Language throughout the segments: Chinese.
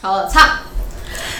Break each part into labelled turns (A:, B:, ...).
A: 好了，唱。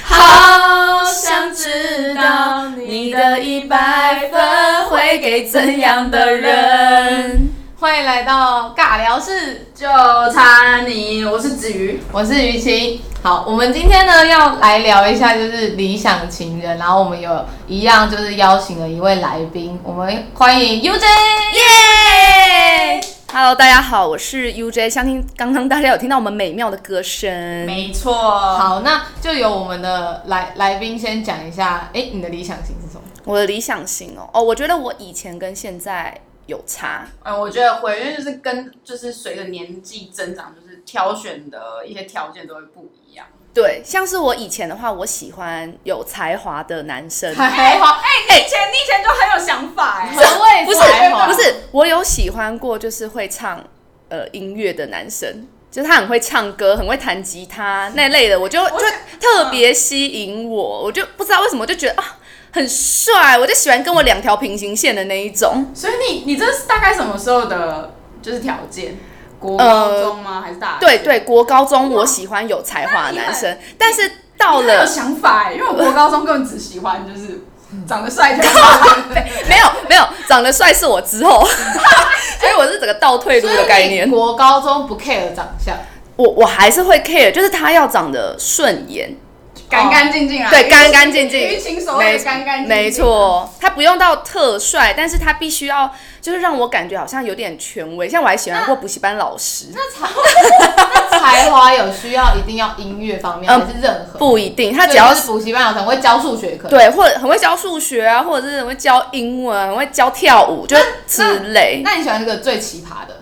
B: 好想知道你的一百分会给怎样的人？
A: 欢迎来到尬聊室，
B: 就差你，我是子瑜。
A: 我是于晴。好，我们今天呢要来聊一下就是理想情人，然后我们有一样就是邀请了一位来宾，我们欢迎 UJ。
C: 耶！Hello，大家好，我是 UJ。相信刚刚大家有听到我们美妙的歌声，
B: 没错，
A: 好，那就由我们的来来宾先讲一下，哎，你的理想型是什么？
C: 我的理想型哦，哦，我觉得我以前跟现在有差，
B: 嗯，我觉得会，因为就是跟就是随着年纪增长，就是挑选的一些条件都会不一样。
C: 对，像是我以前的话，我喜欢有才华的男生，
A: 才华，
B: 哎，你以前你以前就很有想法哎
A: 何
C: 欸
A: 谓
C: 不是
A: 才华？
C: 不，是，我有喜欢过就是会唱呃音乐的男生。就是他很会唱歌，很会弹吉他那类的，我就就特别吸引我，我就不知道为什么，我就觉得啊很帅，我就喜欢跟我两条平行线的那一种。
B: 所以你你这是大概什么时候的，就是条件？国高
C: 呃
B: 中吗？啊还是大学？
C: 对对，国高中我喜欢有才华的男生，但是到
B: 我有
C: 了
B: 想法哎，因为我国高中根本只喜欢就是长得帅就 好。
C: 没有没有长得帅是我之后， 所以我是整个倒退路的概念。
A: 国高中不 care 长 相，
C: 我我还是会 care，就是他要长得顺眼，
B: 干干净净啊，
C: 对
B: 舆情
C: 干干净净
B: 舆情所谓的干干净净，
C: 没。错，他不用到特帅，但是他必须要就是让我感觉好像有点权威。像我还喜欢过补习班老师，
A: 那才华有需要一定要音乐方面，
C: 嗯
A: 还是任何？
C: 不一定，
A: 他
C: 他只要
A: 是补习班，有可能会教数学课。，
C: 对或者很会教数学啊，或者是很会教英文，很会教跳舞，就是之类，
A: 那你喜欢一个最奇葩的？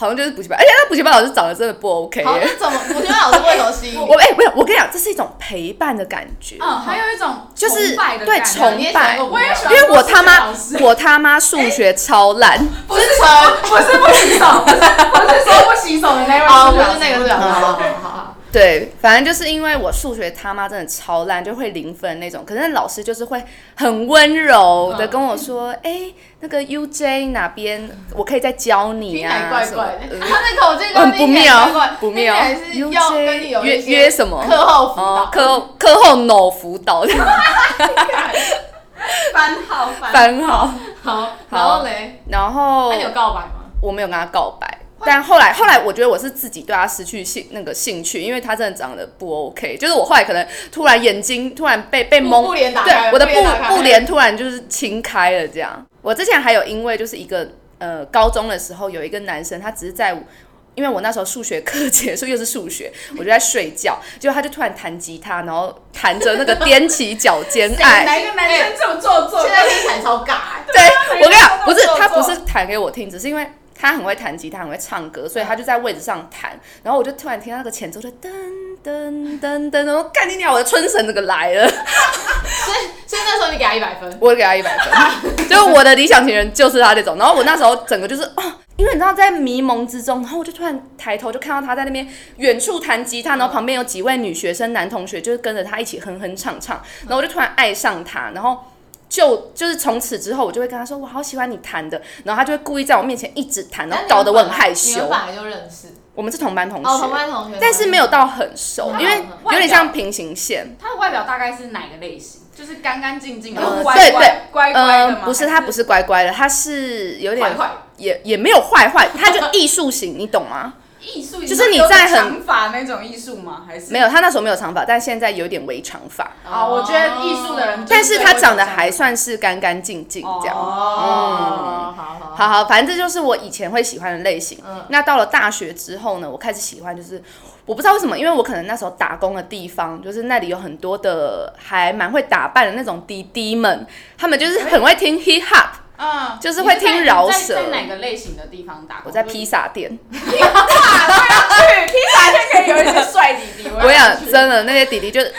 C: 好像就是补习班，而且那补习班老师长得真的不 OK 耶、
B: 哦
A: 好，那怎么？我觉得老师为什么吸引你
C: 我哎、没有，我跟你讲，这是一种陪伴的感觉，
B: 嗯，还有一种
C: 就是
B: 崇拜的
C: 对
B: 感觉
C: 崇
A: 你也喜欢一个
B: 我也喜
C: 因
B: 欢
C: 为我他妈
B: 数学老师
C: 我他妈数学超烂，
A: 不是成
B: 不是不洗手，不是不是说不洗手的那位，
A: 哦，不是那个是 老师，好好好好好。
C: 对，反正就是因为我数学他妈真的超烂，就会零分那种。可是那老师就是会很温柔的跟我说，哎、那个 UJ 哪边我可以再教
A: 听
C: 你
A: 起
C: 啊，
A: 来怪
C: 什么
A: 怪的，
C: 呃
A: 他那口这个
C: 嗯很不妙，不妙
A: 还是要跟你有
C: 约
A: 一些
C: 约什么
A: 课后辅
C: 哦
A: 导，，
C: 课后课后脑辅导
B: 翻好翻。
C: 番号。
A: 好，然后嘞，
C: 然后
A: 那你有告白吗？
C: 我没有跟他告白，但后来后来我觉得我是自己对他失去兴那个兴趣，因为他真的长得不 OK，就是我后来可能突然眼睛突然被被蒙
A: 布布帘打开
C: 对我的
A: 布帘打开
C: 布布帘突然就是清开了这样。我之前还有因为就是一个呃高中的时候有一个男生，他只是在我。因为我那时候数学课结束又 是数学，我就在睡觉，结果他就突然弹吉他，然后弹着那个踮起脚尖爱，
B: 哪一个男生这么做作？
A: 哎现在听起来超尬，
B: 啊
C: 对，我跟你讲，
B: 没
C: 不
B: 有
C: 是
B: 没有
C: 他
B: 做
C: 不是弹给我听，只是因为他很会弹吉他，很会唱歌，
B: 嗯
C: 所以他就在位置上弹。然后我就突然听到那个前奏就噔噔噔噔，然后干你娘，我的春神这个来了，
A: 所以所以那时候你给他一百分，
C: 我给他一百分。 就是我的理想情人就是他这种。然后我那时候整个就是哦。因为你知道，在迷蒙之中，然后我就突然抬头，就看到他在那边远处弹吉他，然后旁边有几位女学生、男同学，就是跟着他一起哼哼唱唱，然后我就突然爱上他，然后就就是从此之后，我就会跟他说，我好喜欢你弹的，然后他就会故意在我面前一直弹，然后搞得我很害
A: 你们
C: 羞。
A: 本来就认识，
C: 我们是同班同学，
A: 哦，同班同学，
C: 但是没有到很熟，
A: 嗯
C: 因为有
B: 外表
C: 点像平行线。
B: 他的外表大概是哪个类型？就是干干净净的，
C: 呃
B: 乖
C: 对
B: 乖乖乖的
C: 嗯，
B: 吗？
C: 不是，他不是乖乖的，他是有点
B: 坏坏
C: 也也没有坏坏，他就艺术型，你懂吗？
B: 艺术，
C: 就是你在很哦
B: 长发那种艺术吗？还是
C: 没有，他那时候没有长发，但现在有点微长发，
B: 啊？我觉得艺术的人就
C: 但是
B: 是
C: 他长得还算是干干净净这样。
B: 哦。
A: 哦，好好好，
C: 嗯好好，反正这就是我以前会喜欢的类型。
A: 嗯
C: 那到了大学之后呢，我开始喜欢就是我不知道为什么，因为我可能那时候打工的地方，就是那里有很多的还蛮会打扮的那种滴滴们，他们就是很会听 hip hop。
B: 嗯，
C: 就是会听饶舌
B: 你是在在在哪个类型的地方打工？
C: 我在披萨店，
B: 对，披萨店可以有一些帅弟弟，
C: 我
B: 要
C: 想
B: 去
C: 真的那些弟弟就是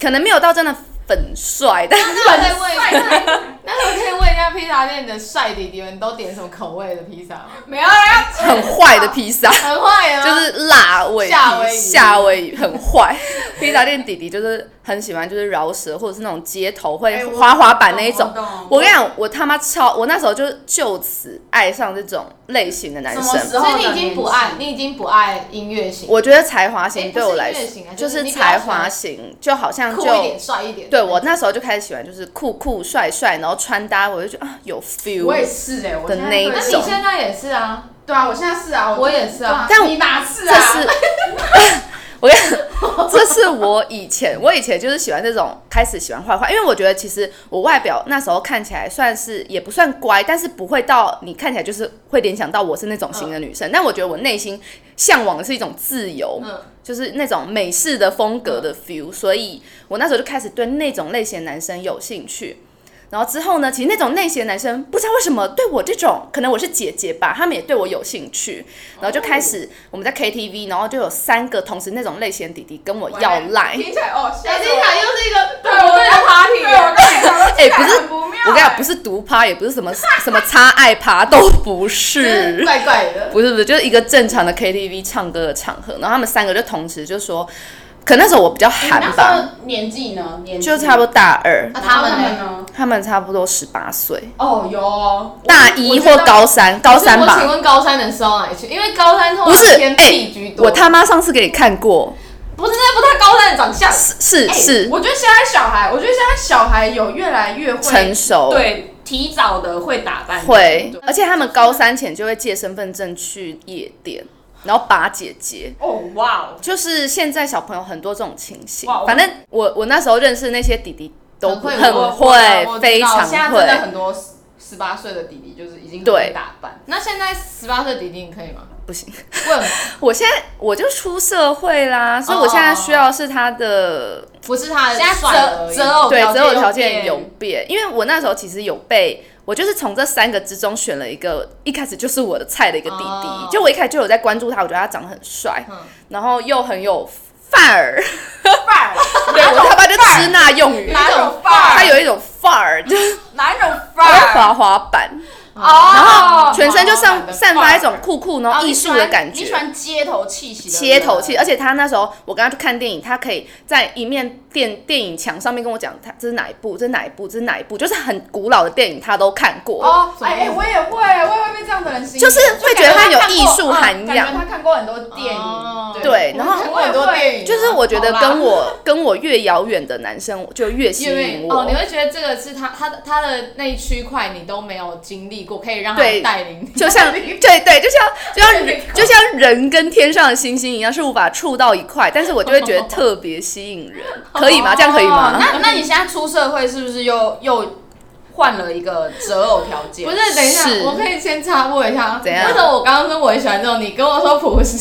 C: 可能没有到真的粉帅，但
A: 那我可以问一下，那我可以问一下披萨店的帅弟弟们都点什么口味的披萨吗？
B: 没有啦，
C: 很坏的披萨，
A: 很坏啊吗？
C: 就是辣味披
A: 夏威夷
C: 夏威夷很坏。 披萨店弟弟就是很喜欢就是饶舌，或者是那种街头会
B: 哎我
C: 滑滑板那一种
B: 我。懂
C: 我跟你讲，我他妈超，我那时候就就此爱上这种类型的男
B: 什么
C: 生。
B: 时候
A: 所
B: 的
A: 以你已经不爱
B: 年，纪
A: 你已经不爱音乐型，
C: 我觉得才华
A: 哎
C: 型
A: 不
C: 对
A: 是
C: 我来
A: 音乐
C: 说
A: 型啊，就是
C: 是
A: 你比较喜
C: 才华
A: 欢
C: 型，就好像
A: 酷
C: 就
A: 一点，帅一点。
C: 对我那时候就开始喜欢，就是酷酷帅帅，然后穿搭我就觉得啊有 feel。
B: 我也是哎，我
C: 的
B: 现在
C: 那一
A: 那
B: 对
A: 你
C: 种
A: 现在也是啊，
B: 对啊，我现在是啊，
A: 我也是啊
B: 对
C: 但
B: 你哪 是
C: 这
B: 啊？
C: 是，我跟你讲这是我以前，我以前就是喜欢这种，开始喜欢坏坏，因为我觉得其实我外表那时候看起来算是也不算乖，但是不会到你看起来就是会联想到我是那种型的
B: 嗯
C: 女生，但我觉得我内心向往的是一种自由，
A: 嗯
C: 就是那种美式的风格
B: 嗯
C: 的 feel，所以我那时候就开始对那种类型的男生有兴趣。然后之后呢，其实那种类型的男生不知道为什么对我这种，可能我是姐姐吧，他们也对我有兴趣。然后就开
B: 哦
C: 始我们在 KTV，然后就有三个同时那种类型的弟弟跟我要赖。
B: 啊听起来哦，现
A: 哎，
B: 在
A: 听起来又是一个
B: 对
A: 不
B: 我
A: 哎对啊的 party
B: 对我
A: 耶。
B: 跟你讲，
C: 哎不是
B: 听起来很不妙，
C: 我跟你讲，不是毒趴，也不是什 么什么插爱趴，都不
A: 就是
C: 是。
A: 怪怪的，
C: 不是不是，就是一个正常的 KTV 唱歌的场合，然后他们三个就同时就说，可那时候我比较
B: 哎
C: 寒
B: 那时
C: 吧，
B: 候年纪呢？年纪
C: 就差不多大二，
A: 那
B: 然后
A: 他们呢？
B: 呢？
C: 他们差不多十八岁，
B: 哦，有哦
C: 大一或，高三，高三
A: 我请
C: 吧。
A: 问高三能收哪里去？因为高三通
C: 不
A: 常
C: 是，
A: 偏
C: 哎、
A: 僻居多。
C: 我他妈上次给你看过，
A: 不是那不太高三的长相，
C: 是
B: 我
C: 是、
B: 哎我觉得现在小孩，我觉得现在小孩有越来越
C: 成
B: 会
C: 熟，
B: 对提早的会打扮，
C: 会
B: 对，
C: 而且他们高三前就会借身份证去夜店，然后把姐姐。
B: 哦哇哦，
C: 就是现在小朋友很多这种情形
B: 哇，我
C: 反正我我那时候认识那些弟弟都
A: 很会
B: 我
C: 很
B: 我
C: 会，非
B: 知道
C: 常
B: 现在真的
C: 会，
B: 很多十八岁的弟弟就是已经很
C: 对
B: 会打扮，
A: 那现在十八岁的弟弟你可以吗？
C: 不行。
A: 问我
C: 我现在我就出社会啦，所以
A: 哦
C: 我现在需要是他的
A: 不是他的
B: 现在
A: 帅
B: 择
A: 而已
B: 择偶
C: 对择偶条
B: 条
C: 件
B: 件
C: 有变，因为我那时候其实有被。我就是从这三个之中选了一个，一开始就是我的菜的一个弟弟
A: 哦
C: 就我一开始就有在关注他，我觉得他长得很帅
A: 嗯
C: 然后又很有范儿，
B: 范儿，
C: 对我他妈就吃那用语，
B: 哪
A: 有
B: 种
A: 范儿
C: 他
B: 范儿，
C: 有一种范儿，就是
B: 哪种
C: 他会
B: 范儿，
C: 滑滑板，
B: 哦
C: 然后全身就
A: 滑滑板
C: 散
A: 的
C: 散
A: 范
C: 发
A: 儿
C: 一种酷酷然
B: 然
C: 后
B: 后
C: 艺
B: 哦你
C: 术的感
B: 喜欢你
C: 觉
B: 喜。欢街头气息的人，
C: 切头气，而且他那时候我跟他去看电影，他可以在一面电电影墙上面跟我讲，他这是哪一部，这是哪一部，这是哪一部，就是很古老的电影，他都看过。
B: 哦，
A: 什么
B: 哎哎，我也会，我也会被这样的人吸引，
C: 就是会觉得他有艺术
B: 就感
C: 涵
B: 觉
C: 养
B: 他看过嗯感觉他看过很多电
A: 哦
B: 影，
C: 对然后
B: 我也
A: 看过很
B: 会
A: 多电影啊，
C: 就是我觉得
B: 好啦
C: 跟我跟我越遥远的男生就越吸
A: 因为
C: 引我。
A: 哦，你会觉得这个是他他的他的那一区块你都没有经历过，可以让他
C: 对
A: 带领你。
C: 就 像对对，就像就像人就像人跟天上的星星一样，是无法触到一块，但是我就会觉得特别吸引人，可以吗？这样可以
B: 哦
C: 吗？
B: 那那你现在出社会是不是又又换了一个择偶条件？
A: 不是，等一下
C: 是，
A: 我可以先插播一下。
C: 怎样
A: 为什么我刚刚说我很喜欢这种？你跟我说不是，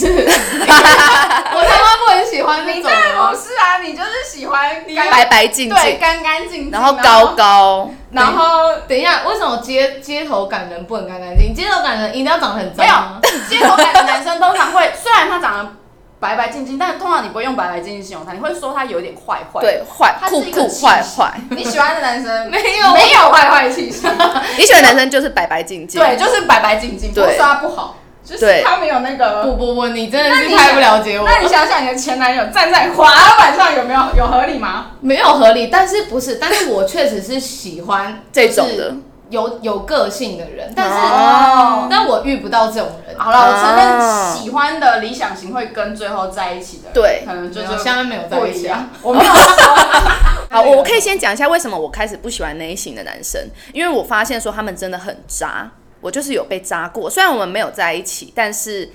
A: 我他妈不很喜欢那
B: 你
A: 种
B: 当然
A: 吗
B: 不？是啊，你就是喜欢干
C: 白白净
B: 对
C: 净，
B: 干干净净，
C: 然后高，高，
B: 然后
A: 等一下，为什么街街头感人不能干干净？街头感人一定要长得很脏
B: 没有
A: 吗？
B: 街头感的男生通常会，虽然他长得白白净净，但通常你不会用白白净净形容他，你会说他有点坏坏。，
C: 对坏
B: 它是
C: 酷
B: 一个
C: 酷
B: 气息
C: 坏 坏。
B: 你喜欢的男生
A: 没有啊
B: 没有啊坏坏气息，
C: 你喜欢的男生就是白白净净，
B: 对，就是白白净净，不
C: 对
B: 是说他不好，就是
C: 对
B: 他没有那个。
A: 不不不，你真的
B: 那
A: 是
B: 你
A: 太不了啊解我。
B: 那你想想，你的前男友站在滑板上有没有有合理吗？
A: 没有合理，但是不是？但是我确实是喜欢
C: 这种的，
A: 有有个性的人，但是、
C: 哦
A: 但我遇不到这种人。
B: 好了，我承认
C: 啊
B: 喜欢的理想型会跟最后在一起的人，
C: 对
B: 可能就
A: 就是是下面没有在
B: 不
A: 一
B: 一
A: 起
B: 样
A: 啊。。
B: 我没有啊说，
C: 好，我我可以先讲一下为什啊么我开始不喜欢那一型的男生，因为我发现说他们真的很渣，我就是有被渣过。虽然我们没有在一起，但是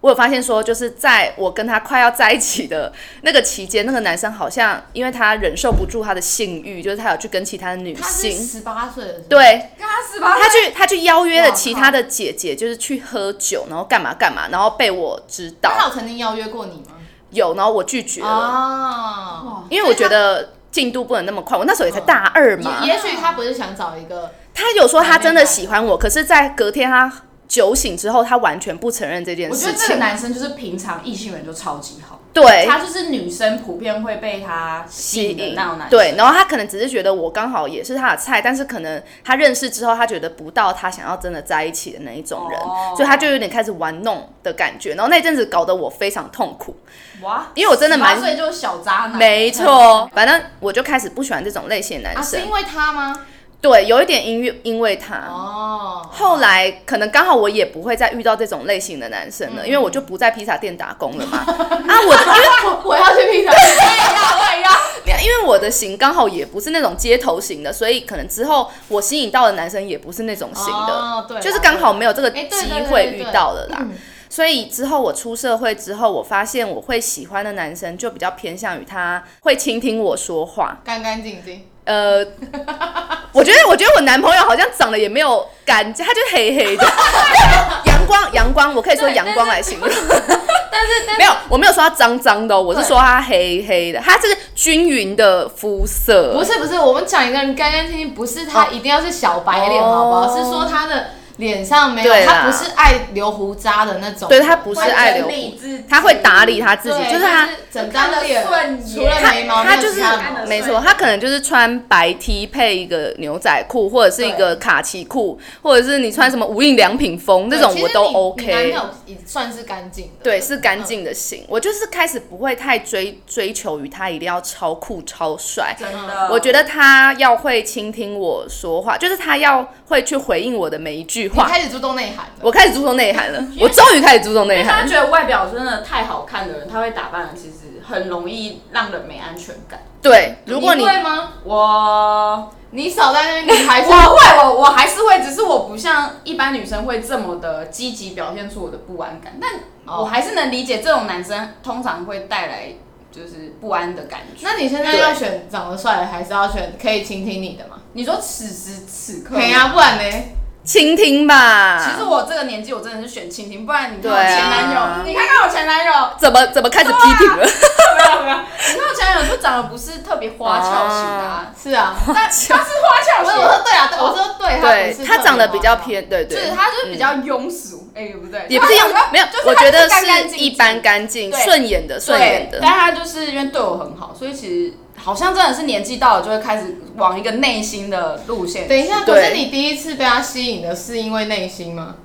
C: 我有发现说，就是在我跟他快要在一起的那个期间，那个男生好像因为他忍受不住他的性欲，就是他有去跟其他的女
A: 他是
C: 性，
A: 十八岁的，，
C: 对
B: 跟他十八
C: 他去他去邀约了
B: 哇
C: 其他的姐姐，就是去喝酒，然后干嘛干嘛，然后被我知
A: 他
C: 道
A: 有曾经邀约过你吗？
C: 有，然后我拒绝了。
A: 哦，
B: 啊
C: 因为我觉得进度不能那么快，我那时候也才大二嘛。
A: 也也许他不是想找一个，
C: 他有说他真的喜欢我，可是，在隔天他酒醒之后，他完全不承认这件
B: 我
C: 事
B: 觉得这个
C: 情。
B: 男生就是平常异性缘就超级好，
C: 对，
B: 他就是女生普遍会被他吸引的那种男生。
C: 对，然后他可能只是觉得我刚好也是他的菜，但是可能他认识之后，他觉得不到他想要真的在一起的那一种人，
B: 哦
C: 所以他就有点开始玩弄的感觉。然后那阵子搞得我非常痛苦，
B: 哇，
C: 因为我真的蛮
B: 所以就是小渣男，
C: 没错，反正我就开始不喜欢这种类型的
A: 啊，
C: 男
A: 是
C: 生。
A: 因为他吗？
C: 对，有一点因为因为他。
A: 哦，
C: 后来可能刚好我也不会再遇到这种类型的男生了，
B: 嗯
C: 因为我就不在披萨店打工 了嘛。啊，我因为
A: 我 我要去披萨，我也要，我也要。
C: 因为我的型刚好也不是那种街头型的，所以可能之后我吸引到的男生也不是那种型的。
A: 哦，对啦，
C: 就是刚好没有这个
A: 哎对
C: 机
A: 对对
C: 会
A: 对
C: 遇
A: 对
C: 到了啦。
A: 嗯
C: 所以之后我出社会之后，我发现我会喜欢的男生就比较偏向于他会倾听我说话。
A: 干干净净，
C: 呃，我觉得我觉得我男朋友好像长得也没有感，他就黑黑的， 阳光阳光，我可以说
A: 对
C: 阳光来形容。
A: 但是但
C: 没有，我没有说他脏脏的哦、我是
A: 对
C: 说他黑黑的，他是均匀的肤色。
A: 不是不是，我们讲一个人干干净净，不是他一定要是小白脸，
C: 哦
A: 好不好？是说他的脸上没
C: 对
A: 有，
C: 啦
A: 他不是爱留胡渣的那种，
C: 对他不是爱留
B: 完全理智
C: 他会打理他自己，
A: 对
C: 就是他
A: 整张脸
B: 看得顺眼
A: 除了眉毛，
C: 他
A: 没有
C: 就是
A: 其他的毛
B: 看得
C: 没错，他可能就是穿白 T 配一个牛仔裤，或者是一个卡其裤，或者是你穿什么无印良品风那
A: 对
C: 种
A: 其实
C: 我都
A: 你你男
C: OK。
A: 友也算是干净的，嗯
C: 对，是
B: 嗯
C: 干净的型。我就是开始不会太追追求于他一定要超酷超帅，
B: 真的，
C: 我觉得他要会倾听我说话，就是他要会去回应我的每一句
A: 你
C: 话。
A: 开始注重内涵了。
C: 我开始注重内涵了，我终于开始注重内
B: 因为他
C: 涵。
B: 觉得外表真的太好看的人，他会打扮的其实很容易让人没安全感。
C: 对，如果你
A: 会吗？
B: 我
A: 你少在那边，你还
B: 我
A: 是
B: 会，我我还是会，只是我不像一般女生会这么的积极表现出我的不安感，但
A: 哦
B: 我还是能理解这种男生通常会带来就是不安的感觉。
A: 那你现在
C: 对
A: 要选长得帅的，还是要选可以倾听你的嘛？
B: 你说此时此刻，
A: 对啊，不然呢？
C: 倾听吧。
B: 其实我这个年纪，我真的是选蜻蜓，不然你看
C: 对
B: 我
C: 啊
B: 前男友，你看看我前男友，
C: 怎么怎么开始批评了？
B: 没有没有，你看我前男友就长得不是特别花俏型的、啊，
A: 是啊，
B: 但他是花
A: 我
B: 俏型
A: 说我
B: 的，
A: 说对啊，对我说对，
C: 对
A: 不是，
C: 他长得比较
A: 特别
C: 偏，对
B: 就
C: 对。嗯
B: 是他就是比较庸俗，哎、不对，
C: 也不是用
B: 他
C: 没有
B: 就，是
C: 我
B: 他
C: 觉得
B: 干干
C: 是
B: 净
C: 一
B: 净
C: 般干净、
B: 对
C: 顺眼的、顺眼的。
B: 对但他就是因为对我很好，所以其实好像真的是年纪到了就会开始往一个内心的路线。
A: 好。等一下，可
C: 对
A: 是你第一次被他吸引的是因为内心吗？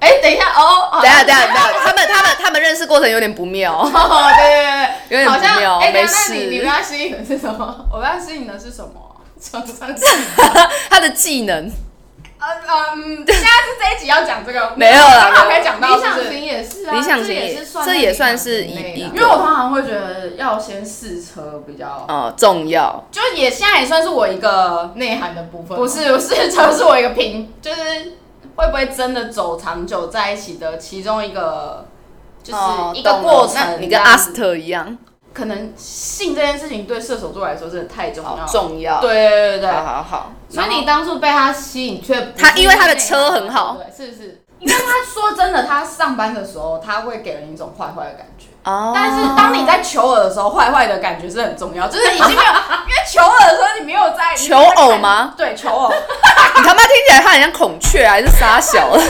A: 哎、等一下哦，好
C: 等一下，等一下，等一下，他们他们他们认识过程有点不 妙，
A: 哦，对对对对，
C: 有点
A: 好
C: 不
A: 像，
C: 妙
A: 哎、
C: 没
A: 等一下那你你被
C: 事。
A: 他吸引的是什么？
B: 我要吸引的是什么？
A: 床 上
C: 他的技能
B: 呃嗯，现在是这一集要讲这个，
C: 没有啦
B: 刚好可以讲到
A: 理
B: 是不
A: 想
B: 是
A: 型也是啊，
C: 理想型
A: 这
C: 也
A: 也是算
C: 这
A: 在
C: 也
A: 理想
C: 算是
A: 型
C: 一
A: 内
C: 一
A: 啦
C: 个
B: 因为我通常会觉得要先试车比较，
C: 哦重要，
B: 就也现在也算是我一个，
A: 内涵的部分吗，
B: 不是 我试车是我一个平，就是会不会真的走长久在一起的其中一个，就是一个
C: 哦懂了
B: 过
C: 那
B: 程这样子。
C: 你跟阿斯特一样
B: 可能性这件事情对射手座来说真的太重要了。
C: 重要。
B: 哦对对对对
C: 好
B: 对，
C: 好好，
A: 所以你当初被他吸引，却不是
C: 他因为他的
A: 内涵
C: 车很好
A: 对，是不是？
B: 因为他说真的，他上班的时候他会给人一种坏坏的感觉。
C: 哦
B: 但是当你在求偶的时候，坏坏的感觉是很重要，就是已经没有，因 为求偶的时候你没有在
C: 求偶吗？
B: 对，求偶，
C: 你他妈听起来他很像孔雀啊还是沙小 了？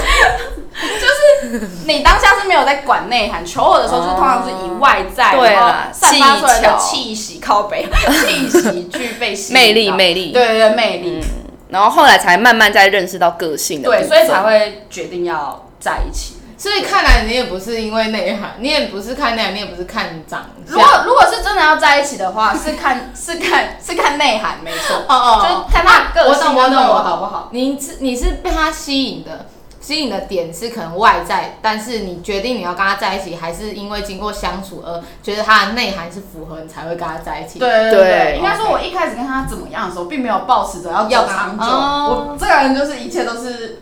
B: 你当下是没有在管内涵，求偶的时候就是通常是以外在，
C: 对
B: 然后
C: 啦
B: 散发出来
C: 技巧
B: 的气息靠北， 气息具备吸引到
C: 魅力魅力
B: 对对对，魅力，
C: 然后后来才慢慢再认识到个性的部
B: 对，
C: 分，
B: 所以才会决定要在一起。
A: 所以看来你也不是因为内涵，你也不是看内涵，你也不是看长相。
B: 如果如果是真的要在一起的话， 是看是看是看内涵，没错，
A: 哦哦，
B: 就是看他个
A: 我
B: 性
A: 懂
B: 跟
A: 我
B: 对
A: 懂
B: 我
A: 我
B: 好
A: 懂
B: 不好。
A: 你是你是被他吸引的，吸引的点是可能外在，但是你决定你要跟他在一起，还是因为经过相处而觉得他的内涵是符合，你才会跟他在一起。
B: 对，对
C: 对
B: 对对，应该
A: OK
B: 说我一开始跟他怎么样的时候，并没有抱持着要
A: 要
B: 要长久，
A: 哦
B: 我这个人就是一切都是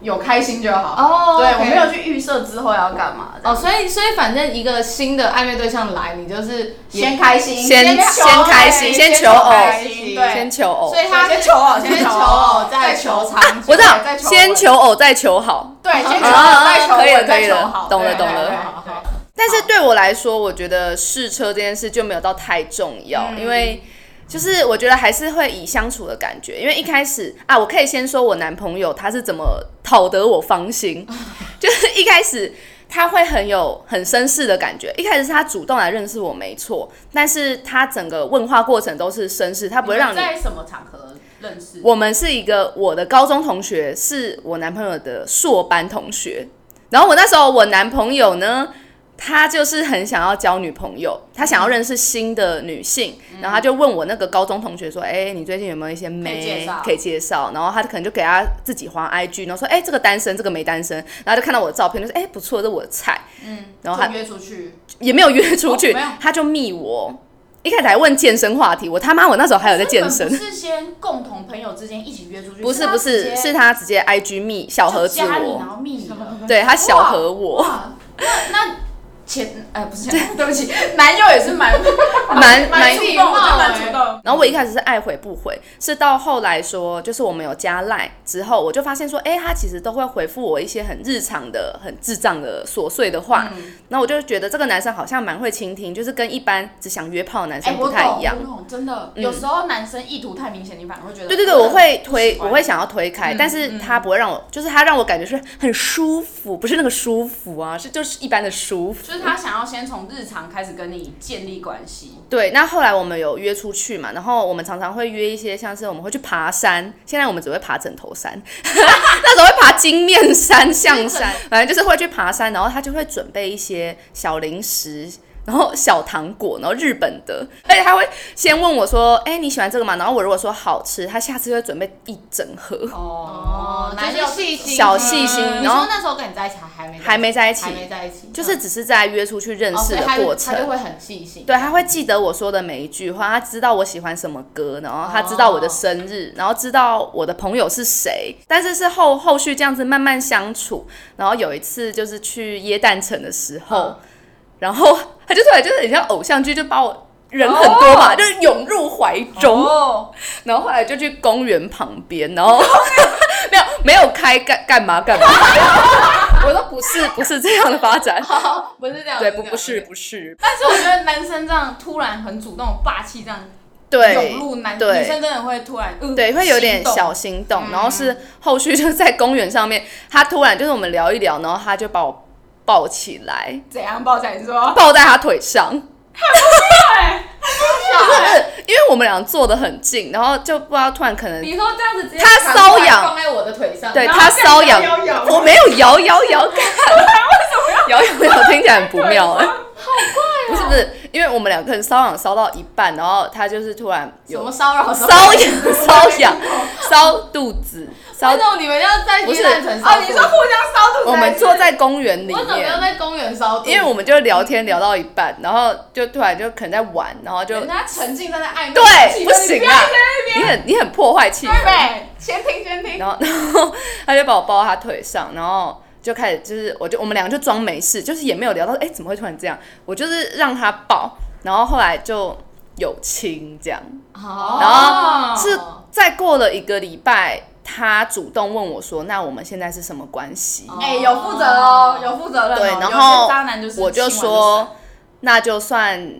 B: 有开心就好。
A: 哦
B: 对
A: OK
B: 我没有去预设之后要干嘛的，
A: 哦，所以所以反正一个新的暧昧对象来，你就是也
B: 先开心，
C: 先
B: 求
C: 先开
B: 偶
C: 心
B: 先
C: 先求偶
B: 开心
C: 先
B: 对，
C: 求偶
A: 所。以他
B: 先求偶
A: 先
B: 先
A: 求
B: 求
A: 偶
B: 偶，
A: 再
B: 再
A: 求
B: 求
A: 长久
C: 我知道
B: 再，求
C: 先
B: 稳
C: 求偶再求好。
B: 对，先求
C: 啊
B: 偶再求
C: 可以了
B: 稳再
C: 可以
B: 求
C: 了
B: 好，
C: 懂了
B: 对
C: 懂
B: 对
C: 了
B: 对
A: 好好好
C: 但是对我来说，我觉得试车这件事就没有到太重要，
B: 嗯
C: 因为就是我觉得还是会以相处的感觉，因为一开始啊，我可以先说我男朋友他是怎么讨得我芳心。 就是一开始他会很有很绅士的感觉，一开始是他主动来认识我没错，但是他整个问话过程都是绅士，他不会让你。
B: 在什么场合认识？
C: 我们是一个我的高中同学，是我男朋友的硕班同学。然后我那时候我男朋友呢，他就是很想要交女朋友，他想要认识新的女性，
B: 嗯
C: 然后他就问我那个高中同学说：“哎、你最近有没有一些
B: 可以介
C: 妹
B: 绍
C: 可以介绍？”然后他可能就给他自己划 IG，然后说：“哎、这个单身，这个没单身。”然后就看到我的照片，就说：“哎、不错，这是我的菜。”嗯，然后他
B: 就约出去，
C: 也没有约出去，
B: 哦没有
C: 他就密我。一开始还问健身话题，我他妈我那时候还有在健身
B: 根，本不是先共同朋友之间一起约出去，
C: 不是
B: 他
C: 不
B: 直接
C: 是，是他直接 IG 密小盒子
B: 就加你然
C: 我，
B: 后密你了
C: 哦对他小盒我，
B: 哇，那那前呃不是 前，对不起，男友也是蛮
C: 蛮蛮
B: 蛮
A: 有
B: 触
A: 礼
B: 动，我觉
A: 貌
B: 得
A: 欸
B: 蛮触动。
C: 然后我一开始是爱回不回，是到后来说，就是我们有加赖之后，我就发现说，哎、他其实都会回复我一些很日常的、很智障的琐碎的话。
B: 嗯
C: 然后我就觉得这个男生好像蛮会倾听，就是跟一般只想约炮的男
B: 哎，
C: 生不
B: 我
C: 太
B: 懂，
C: 一样。
B: 我懂，真的，
C: 嗯
B: 有时候男生意图太明显，你反而会觉得
C: 对对对，我会推，
B: 喜欢嗯
C: 我会想要推开，但是他不会让我，就是他让我感觉是很舒服，不是那个舒服啊，是就是一般的舒服。
B: 就是他想要先从日常开始跟你建立关系，
C: 对，那后来我们有约出去嘛，然后我们常常会约一些，像是我们会去爬山，现在我们只会爬枕头山， 那时候会爬金面山、象山，反正就是会去爬山，然后他就会准备一些小零食。然后小糖果，然后日本的，而且他会先问我说：“哎、你喜欢这个吗？”然后我如果说好吃，他下次就会准备一整盒。
B: 哦
A: 男
B: 就
A: 就是细心，
C: 小细心
A: 嗯你
C: 然后
A: 说那时候跟你在一起还没
C: 还没在一起
A: 哦还没在一起，
C: 就是
A: 嗯
C: 只是在约出去认
A: 哦
C: 识
A: 所以
C: 的
A: 他就
C: 过程。
A: 他就会很细心。
C: 对，他会记得我说的每一句话，他知道我喜欢什么歌，然后他知道我的生日，然后知道我的朋友是谁。但是是后后续这样子慢慢相处，然后有一次就是去耶诞城的时候，
B: 嗯
C: 然后他就突然就是很像偶像剧，就把我人很多嘛，就是涌入怀中。
B: 哦，
C: 然后后来就去公园旁边，然后 没有没有开干干嘛 干嘛，我说不是不是这样的发展，
A: 哦，不是这样，
C: 对
A: 这
C: 不
A: 样
C: 不是。不是，
B: 但是我觉得男生这样突然很主动、霸气这样
C: 对
B: 涌入男
C: 对
B: 女生真的会突然嗯
C: 对，会有点
B: 心动
C: 小心动，然后是后续就是在公园上面，他突然就是我们聊一聊，然后他就把我抱起来，
B: 怎样抱起来？你说
C: 抱在他腿上，因为我们俩坐得很近，然后就不知道突然可能
B: 你说这样子直接
C: 嗯他瘙痒
A: 放在我的腿上，
C: 对
A: 然后
C: 他瘙痒
B: 然后这样摇摇，摇
C: 我没有摇摇摇，干摇摇摇听起来很不妙哎，好怪不是不是，因为我们两个人瘙痒瘙到一半，然后他就是突然
A: 什
C: 有
A: 么骚扰
C: 瘙痒瘙痒烧肚子烧
A: 那，种你们要在
C: 不是
A: 夜蛋城
B: 哦，你说互相烧肚子，
C: 我们坐在公园里
A: 为什么要
C: 面。
A: 在公园烧肚？
C: 因为我们就聊天聊到一半，然后就突然就可能在玩，然后就
B: 人家沉浸哎在那暧昧的
C: 对
B: 气氛，
C: 不行啊，你很你很破坏气
B: 对
C: 氛。
B: 呗，先听先听，
C: 然后然后他就把我抱到他腿上，然后就开始就是我就我们两个就装没事，就是也没有聊到哎、怎么会突然这样，我就是让他抱，然后后来就有亲这样，
A: 好
C: 然
B: 后
A: 哦
C: 是再过了一个礼拜。他主动问我说：“那我们现在是什么关系？”
B: 哎，有负责哦，有负责任哦，
C: 对，然
B: 有
C: 后
B: 些渣男就是
C: 我就
B: 亲完就散
C: 说，那就算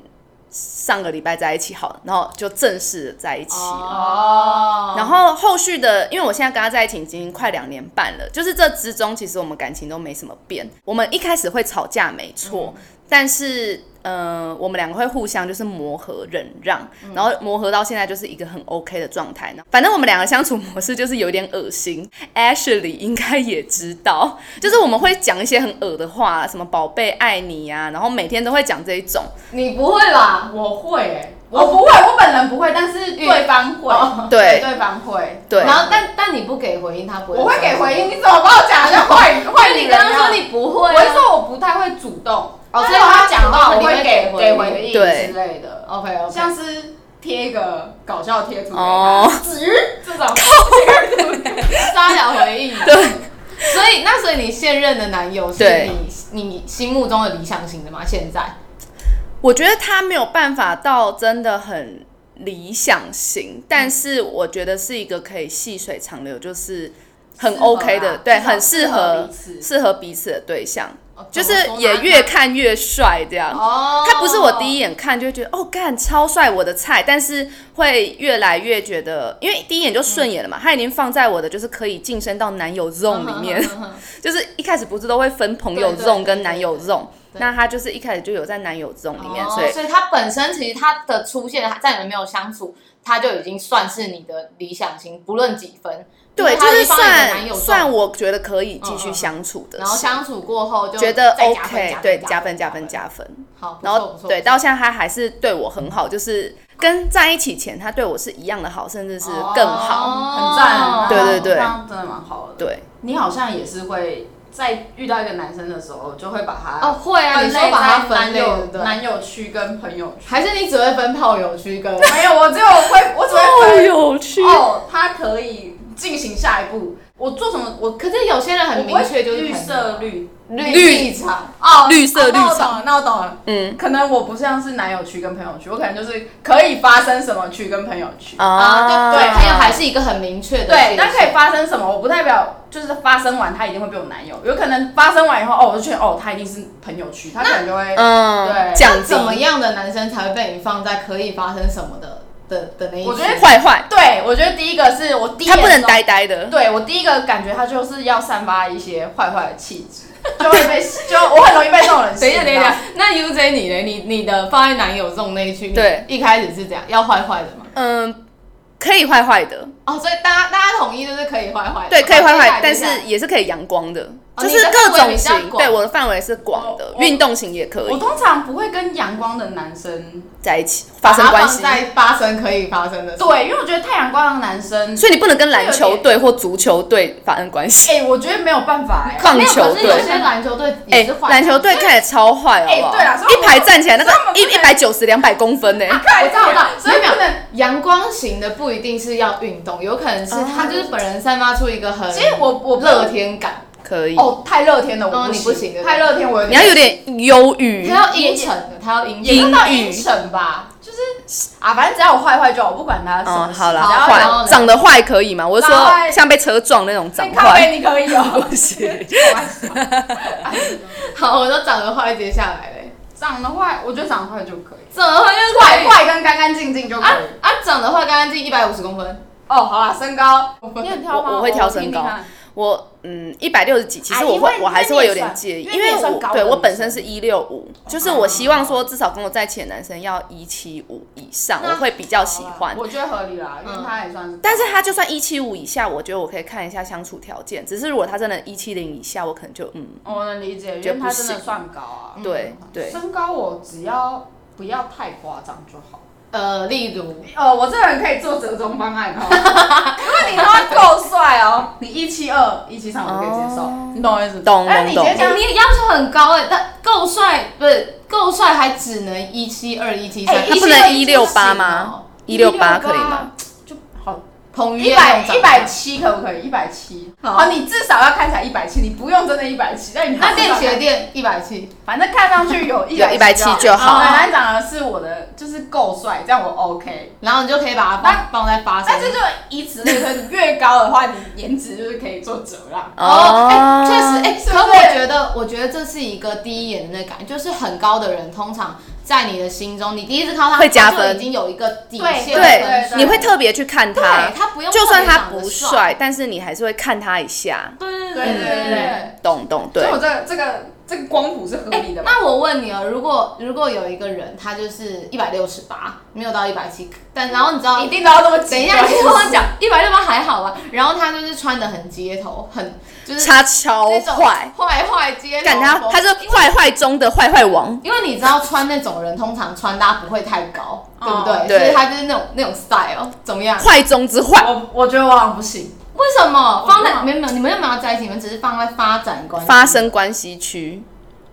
C: 上个礼拜在一起好了，然后就正式在一起了。
B: 哦，
C: 然后后续的，因为我现在跟他在一起已经快两年半了，就是这之中其实我们感情都没什么变。我们一开始会吵架，没错，但是呃，我们两个会互相就是磨合、忍让，然后磨合到现在就是一个很 OK 的状态呢。反正我们两个相处模式就是有点恶心，Ashley 应该也知道，就是我们会讲一些很恶的话，什么宝贝爱你啊，然后每天都会讲这一种。
A: 你不会吧？
B: 我会欸，我不会，我本人不会，但
A: 嗯
B: 是对方
A: 哦
B: 会，
C: 对
B: 对方会，
C: 对
A: 然后但但你不给回应，他不会。
B: 我会给回。应，你怎么把我讲的像 坏坏
A: 但
B: 女
A: 你
B: 人一
A: 刚
B: 样？
A: 刚说你不会、
B: 我
A: 啊
B: 是，说我不太会主动，
A: 哦
B: 但
A: 所以
B: 是
A: 他
B: 他
A: 讲
B: 讲
A: 到
B: 到
A: 你
B: 我
A: 会
B: 会
A: 给
B: 给
A: 回
B: 给
A: 应
B: 回应
C: 对
B: 之类的，
A: OK OK，
B: 像是贴一个搞笑贴图给
C: 哦
B: 他，子瑜这种，
A: 沙小回应。
C: 对，
A: 所以那所以你现任的男友是
C: 对
A: 你你心目中的理想型的吗？现在
C: 我觉得他没有办法到真的很理想型，但是我觉得是一个可以细水长流，就是很
B: 适合啊
C: OK 的，对，
B: 至少
C: 很适
B: 适合
C: 合
B: 彼此
C: 适合彼此的对象。
A: 哦
C: 就是也越看越帅这样。
A: 哦，
C: 他不是我第
A: 一，
C: 一眼看就会觉得哦，干超帅我的菜，但是会越来越觉得，因为第一眼就顺眼了嘛，
A: 嗯
C: 他已经放在我的就是可以晋升到男友 zone 里面，
A: 嗯
C: 就是一开始不是都会分朋友
A: 对对
C: zone
A: 对
C: 跟
A: 对
C: 男友 zone，
A: 对
C: 那他就是一开始就有在男友 zone 里面，
A: 哦
C: 所以
A: 所以他本身其实他的出现，他在你们没有相处，他就已经算是你的理想型，不论几分，
C: 对，
A: 因为
C: 就
A: 他已
C: 是
A: 经帮你的男
C: 算
A: 友
C: 算
A: 做，
C: 我觉得可以继
A: 嗯嗯
C: 续
A: 嗯
C: 相处的
A: 然后
C: 事，
A: 相处过后就
C: 觉得
A: 再加分
C: OK，
A: 加
C: 对，
A: 分
C: 加分加分，加分。
A: 好，不
C: 然
A: 错
C: 后
A: 不错，
C: 对，到现在他还是对我很好，就是跟在一起前他对我是一样的好，甚至是更好。
A: 哦
B: 很赞，
C: 对对对
B: 这样真的蛮好的。，
C: 对，
B: 你好像也是会在遇到一个男生的时候，就会把他
A: 哦，会啊，你
B: 分
A: 说
B: 类
A: 把它
B: 在
A: 分
B: 男
A: 类，
B: 友
A: 对不对？
B: 男友区跟朋友区。
A: 还是你只会分炮友区跟？
B: 没有，我只有会，我只会
C: 好
B: 分
C: 有趣
B: 哦，他可以进行下一步。我做什么？我
A: 可是有些人很明确就是啊
B: 绿色绿
A: 绿
C: 绿
A: 立场，
B: 哦
C: 绿色绿
B: 那我懂
C: 场
B: 了，那我懂了。
C: 嗯
B: 可能我不像是男友区跟朋友区，我可能就是可以发生什么区跟朋友区。
A: 啊，对对，
B: 还
A: 朋友还是一个很明确的界限，
B: 对，但可以发生什么？我不代表就是发生完他一定会被我男友，有可能发生完以后，哦，我就觉得哦，他一定是朋友区，他可能就会
A: 呃
C: 嗯，
B: 对
C: 降低
A: 怎么样的男生才会被你放在可以发生什么的的的那一群？
B: 我觉得
C: 坏坏，
B: 对，我觉得第一个是我第一
C: 他不
B: 眼
C: 能
B: 的时候
C: 呆呆的。
B: 对我第一个感觉，他就是要散发一些坏坏的气质， 就会被就我很容易被这种人吸
A: 等一
B: 引
A: 下，
B: 到。
A: 等一下，那 UJ 你嘞？你你的放在男友中那一区，你
C: 对
A: 一开始是这样，要坏坏的嘛？
C: 嗯，可以坏坏的，
A: 哦，所以大家大家统一就是哦可以啊坏坏的，
C: 对，可以坏
A: 接下
C: 坏
A: 来，
C: 但
A: 接下来
C: 是也是可以阳光的，
A: 哦
C: 就
A: 你
C: 是
A: 的范
C: 各
A: 围
C: 种
A: 比较
C: 型。
A: 广
C: 对，我的范围是广的，
B: 我我
C: 运动型也可
B: 我
C: 以
B: 通常不会跟阳光的男生
C: 在一起发生
A: 把它
C: 关系
A: 放。在发生可以发生的事，
B: 对，因为我觉得太阳光的男生，
C: 所以你不能跟篮球队或足球队发生关系，
B: 哎、我觉得没有办法、哎。
C: 棒
A: 没有，
C: 球
A: 可是有
C: 队。
A: 些篮球队也
C: 哎
A: 是，坏
C: 篮球队看起来超坏，好不好？
B: 哎对啦所以我
C: 一排站起来那
B: 所以我们
C: 个
B: 不
C: 一
B: 能
C: 一百九十两百公分呢、
A: 我知道，我知道，所
B: 所以
A: 以没有
B: 不能。
A: 阳光型的不一定是要运动，有可能是他就是本人散发出一个很
B: 其实我我
A: 乐天感，
C: 可以。
B: 哦，太乐天了，我
A: 哦
B: 不
A: 你
B: 行，
A: 不行对不对
B: 太乐天我有
C: 你要有点忧郁
A: 他，要阴沉的，他要阴
B: 也
A: 沉
B: 不到
C: 阴郁
B: 阴沉吧，就是啊，反正只要我坏坏就好，我不管啊他什么
C: 嗯，
B: 事。
C: 好啦，
A: 然后然后
C: 坏
A: 呢
C: 长得坏可以吗？我是
B: 长得
C: 说
B: 坏
C: 像被车撞那种长
B: 你咖
C: 坏，
B: 啡你 可以哦，
C: 不行。
A: 好，我都长得坏，接下来嘞，
B: 长得坏，我觉得长得坏就可以，
A: 长得坏就是
B: 坏坏跟干干净 净就可
A: 啊
B: 以。
A: 啊，长得坏干干净一百五十公分，
B: 哦，好啦，身高，你很
C: 挑吗我我会挑身高
B: 我听听看
C: 我嗯一百六十几，其实我
B: 啊因为
C: 会我还是会有点
B: 因为
C: 介
B: 你也
C: 意，
B: 算
C: 因
B: 因为
C: 为
B: 你也算
C: 我
B: 高
C: 对
B: 的
C: 我
B: 女
C: 本身
B: 生哦
C: 是一六五，就是我希望说至少跟我在一起的男生要一七五以上，
A: 那
C: 我会比较喜欢。
B: 我觉得合理啦，因为他也算是。
C: 但是他就算一七五以下，我觉得我可以看一下相处条件。只是如果他真的一七零以下，我可能就嗯，
B: 我能哦理解，因
C: 觉得
B: 为
C: 不
B: 他真的
C: 行
B: 算高啊。
C: 对对，
B: 身高我只要不要太夸张就好。
A: 呃，例如
B: 呃，我这个人可以做折中方案哦。如 果你他够帅哦，你一七二、一七三我都可以接受
C: 哦，
B: 你懂我意思？
C: 懂
B: 但你
C: 懂
B: 直接
C: 懂
B: 这样
A: 你也要求很高哎、但够帅不是够帅，还只能一七二、一七哦
B: 哎
A: 三，
C: 他不能168吗？
B: 哦
C: 一六八可以吗？？
B: 就好，
A: 彭于
B: 一
A: 晏
B: 百
A: 那种
B: 一
A: 长
B: 百
A: 得
B: 七可不可以？一百七，
A: 好
B: 好，你至少要看起来一百七，你不用真的一百七，但你
A: 那
B: 至
A: 电
B: 少看起来
A: 学店一百七，
B: 反正看上去有一
C: 有170就好
B: 哦奶奶长得是我的，就是够帅，这样我 OK。
A: 然后你就可以把它放放在发
B: 但是
A: 生。
B: 就以此类推，你越高的话，你颜值就是可以做折让。
A: 哦，哎，确实，哎，
B: 是不是
A: 可我觉得，我觉得这是一个第一眼的那感觉，就是很高的人，通常在你的心中，你第一次看到他，
C: 会加
A: 他就
C: 分
A: 已经有一个底
B: 对
A: 线的
B: 对
A: 分
C: 对，
A: 数
B: 对
C: 你会特别去看他
A: 对，他不用
C: 就算他
A: 特别长
C: 不
A: 得
C: 帅，但是你还是会看他一下。
A: 对
B: 对对嗯对对，
C: 懂懂嗯
B: 所
C: 对
B: 以，我这个这个这个光谱是合理的吧？
A: 哎那我问你哦，如果如果有一个人他就是一百六十八，没有到一百七，但然后你知道
B: 一定都要这么
A: 等哎一
B: 极端
A: 下，你听我讲，一百六八还好吧？然后他就是穿的很街头，很就是
C: 他超
A: 那种
C: 坏，
A: 坏坏街头
C: 干他
A: 风
C: 他是坏坏中的坏坏王。
A: 因为你知道穿那种人通常穿搭不会太高，对不
B: 哦
A: 对？
C: 对
A: 所以他就是那种那种 style 怎么样？
C: 坏中之坏，
B: 我我觉得我好像不行，
A: 为什么
B: 我
A: 放
B: 知
A: 在
B: 道
A: 没有没有你们又没有在一起，你们只是放在发展关系
C: 发生关系区，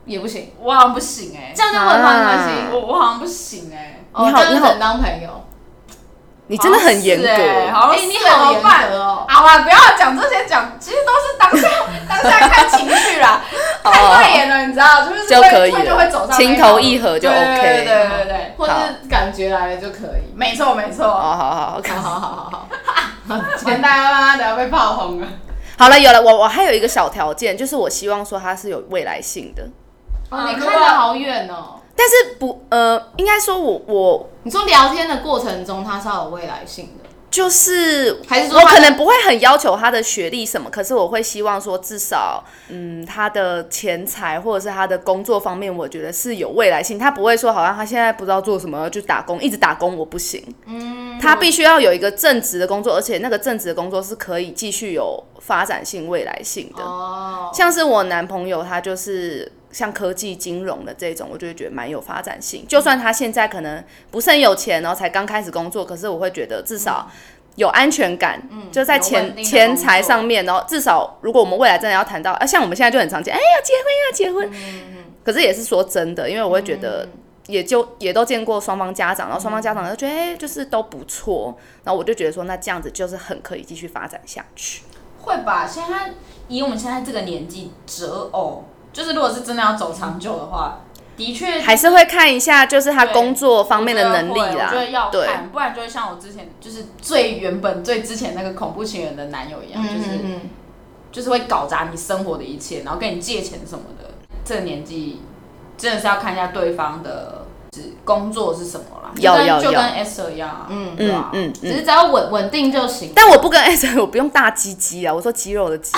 A: 也不行，
B: 我好像不行哎、
A: 这样就不能发生关系。
C: 啊
B: 我我好像不行哎、
A: 哦
C: 你好
A: 这样
C: 你
A: 就
C: 好
A: 只能当朋友。
C: 你真的很严
B: 好像是欸
C: 格。
B: 好像
A: 哎、
B: 是
A: 你
B: 怎
A: 好
B: 么
A: 严
B: 办？
A: 格哦。
B: 好啦，不要讲这些，讲其实都是当下 当下看情绪啦，
A: 欸
C: 哦
B: 看对眼了，你知道，就是
C: 就
B: 会
C: 可以
B: 会就
C: 了
B: 会走上那
C: 情
B: 条
C: 投
B: 路
C: 意合就
B: 对
C: OK
B: 对对对对
A: 或者是感觉来了就可以。
B: 没错没错，
C: 哦，好好好，
A: 好好好好好，
B: 完蛋了，大家等下被炮轰了。
C: 好了，有了，我我还有一个小条件，就是我希望说他是有未来性的，
A: 哦，你看得好远哦。
C: 但是不呃，应该说我我
A: 你说聊天的过程中，他是要有未来性的，
C: 就是
A: 还是说
C: 我
A: 他
C: 可能不会很要求他的学历什么，可是我会希望说至少嗯他的钱财或者是他的工作方面，我觉得是有未来性，他不会说好像他现在不知道做什么就打工，一直打工我不行，嗯，他必须要有一个正职的工作，而且那个正职的工作是可以继续有发展性、未来性的，
A: 哦，
C: 像是我男朋友，他就是像科技、金融的这种，我就会觉得蛮有发展性。就算他现在可能不是很有钱，然后才刚开始工作，可是我会觉得至少有安全感，就
A: 嗯
C: 在
A: 有稳
C: 钱
A: 定的
C: 钱
A: 工作
C: 财上面，然后至少如果我们未来真的要谈到，啊，像我们现在就很常见，哎要结婚要
A: 嗯
C: 结婚，可是也是说真的，因为我会觉得。也就也都见过双方家长，然后
A: 嗯
C: 双方家长就觉得哎、就是都不错，然后我就觉得说那这样子就是很可以继续发展下去。
B: 会吧？现在以我们现在这个年纪择偶，就是如果是真的要走长久的话，的确
C: 还是会看一下，就是他工作方面的能力
B: 我觉得会我觉得
C: 啦
B: 要。
C: 对，
B: 看，不然就会像我之前就是最原本最之前那个恐怖情人的男友一样，就是
A: 嗯嗯
B: 就是会搞砸你生活的一切，然后跟你借钱什么的。这个年纪真的是要看一下对方的是工作是什么啦，就
C: 要
B: 跟
C: 要
B: 就跟
C: 要
B: S 一样啊，嗯
C: 嗯
B: 对啊，
C: 嗯
A: 只
C: 嗯。
A: 是只要稳稳定就行。
C: 但我不跟 S，我不用大鸡鸡啊，我说肌肉的肌。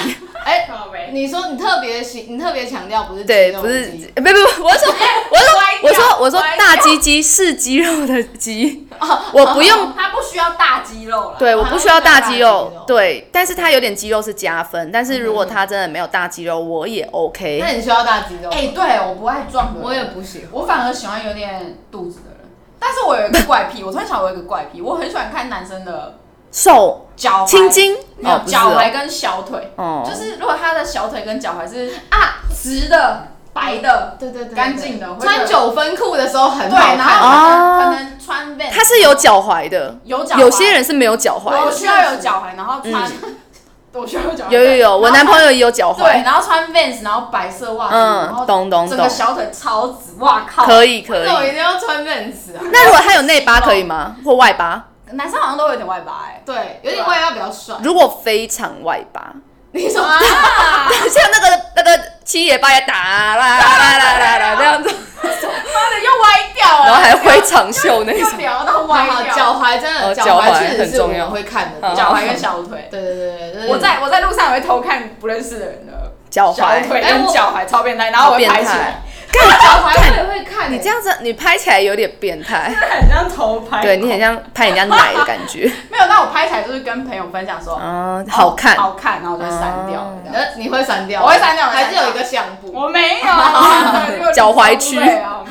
A: 哎，
B: 靠北
C: 嗯
A: 你说你特别喜，你特别强调不是
C: 对，
A: 肌肉
C: 不是呃
A: 肌，
C: 不不不，我是说，我是说，我说，我说
B: 哎歪掉哦
C: 大鸡鸡是肌肉的 肌，我不用。
B: 他不需要大肌肉啦。
C: 对，我不需要大肌
A: 他不需要大肌
C: 肉
A: 肉，
C: 对，但是他有点肌肉是加分，但是如果他真的没有大肌
B: 嗯
C: 肉，我也 OK。
A: 那你需要大肌肉吗？
B: 哎、对，我不爱壮的，
A: 我也不喜欢。
B: 我反而喜欢有点肚子的人。但是我有一个怪癖，我突然想我有一个怪癖，我很喜欢看男生的
C: 手
B: 脚踝
C: 青筋
B: 没有、
C: 哦，不是
B: 脚
C: 哦
B: 踝跟小腿，
C: 哦，
B: 就是如果他的小腿跟脚踝是啊直的、白的，
A: 对对对，对
B: 干净的
A: 对
B: 会
A: 穿
B: 的
A: 九分裤的时候很
B: 对，
A: 好看。
B: 然后
C: 哦
B: 可能可能穿 v
C: 他是有脚踝的，
B: 有脚踝，
C: 有些人是没有脚踝
B: 我
C: 的。
B: 需要有脚踝，然后穿， 我需要有脚踝，
C: 有有有，我
B: 然后
C: 男朋友也有脚
B: 对，
C: 踝。
B: 然后穿 Vans，然后白色袜子，然
C: 嗯，
B: 后
C: 懂懂
B: 整个
C: 懂，
B: 小腿超直，哇靠！
C: 可以可
A: 那我一
C: 以。
A: 定要穿 Vans 啊。
C: 那如果他有内八可以吗？或外八？
B: 男生好像都有点外八哎、
A: 对，有点外要比较帅。
C: 如果非常外八，
A: 你说
B: 啊，
C: 像那个那个七爷八爷打啦啦啦啦啦这样 子，
B: 妈的又歪掉了，
C: 然后还挥长袖那
B: 又
C: 种。
B: 聊到 歪
A: 哇，
B: 掉，
A: 脚踝真
C: 哦
A: 的，
C: 脚
A: 脚
C: 踝
A: 确
C: 很
A: 实是
C: 重要
A: 我会看的东西。
C: 好
B: 脚踝跟小腿。
A: 对对对对，
B: 我在我在路上也会偷看不认识的人的
C: 脚
B: 小
C: 踝
B: 腿
A: 哎
B: 跟
A: 我
B: 脚踝，超变态，然后我会拍起来，
A: 看脚踝，我也会看。
C: 你这样子，你拍起来有点变态，
B: 很像偷拍。
C: 对你很像拍人家奶的感觉。
B: 没有，那我拍起来就是跟朋友分享说，
C: 嗯，好看
B: 哦。 好看，然后我就会删掉
C: 哦。
B: 这样
A: 呃，你会删掉？
B: 我会删掉我会删
A: 还
B: 掉哦
A: 是有一个相簿。
B: 我没有，
C: 脚踝区
B: 啊，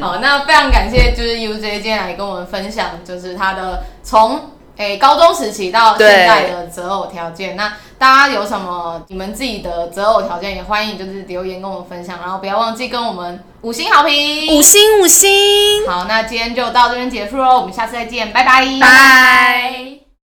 A: 好，那非常感谢，就是 UJ 今天来跟我们分享，就是他的从。诶、高中时期到现在的择偶条件，那大家有什么你们自己的择偶条件，也欢迎就是留言跟我们分享，然后不要忘记跟我们五星好评。
C: 五星五星，
A: 好，那今天就到这边结束喽，我们下次再见，拜拜，
C: 拜。
B: 拜。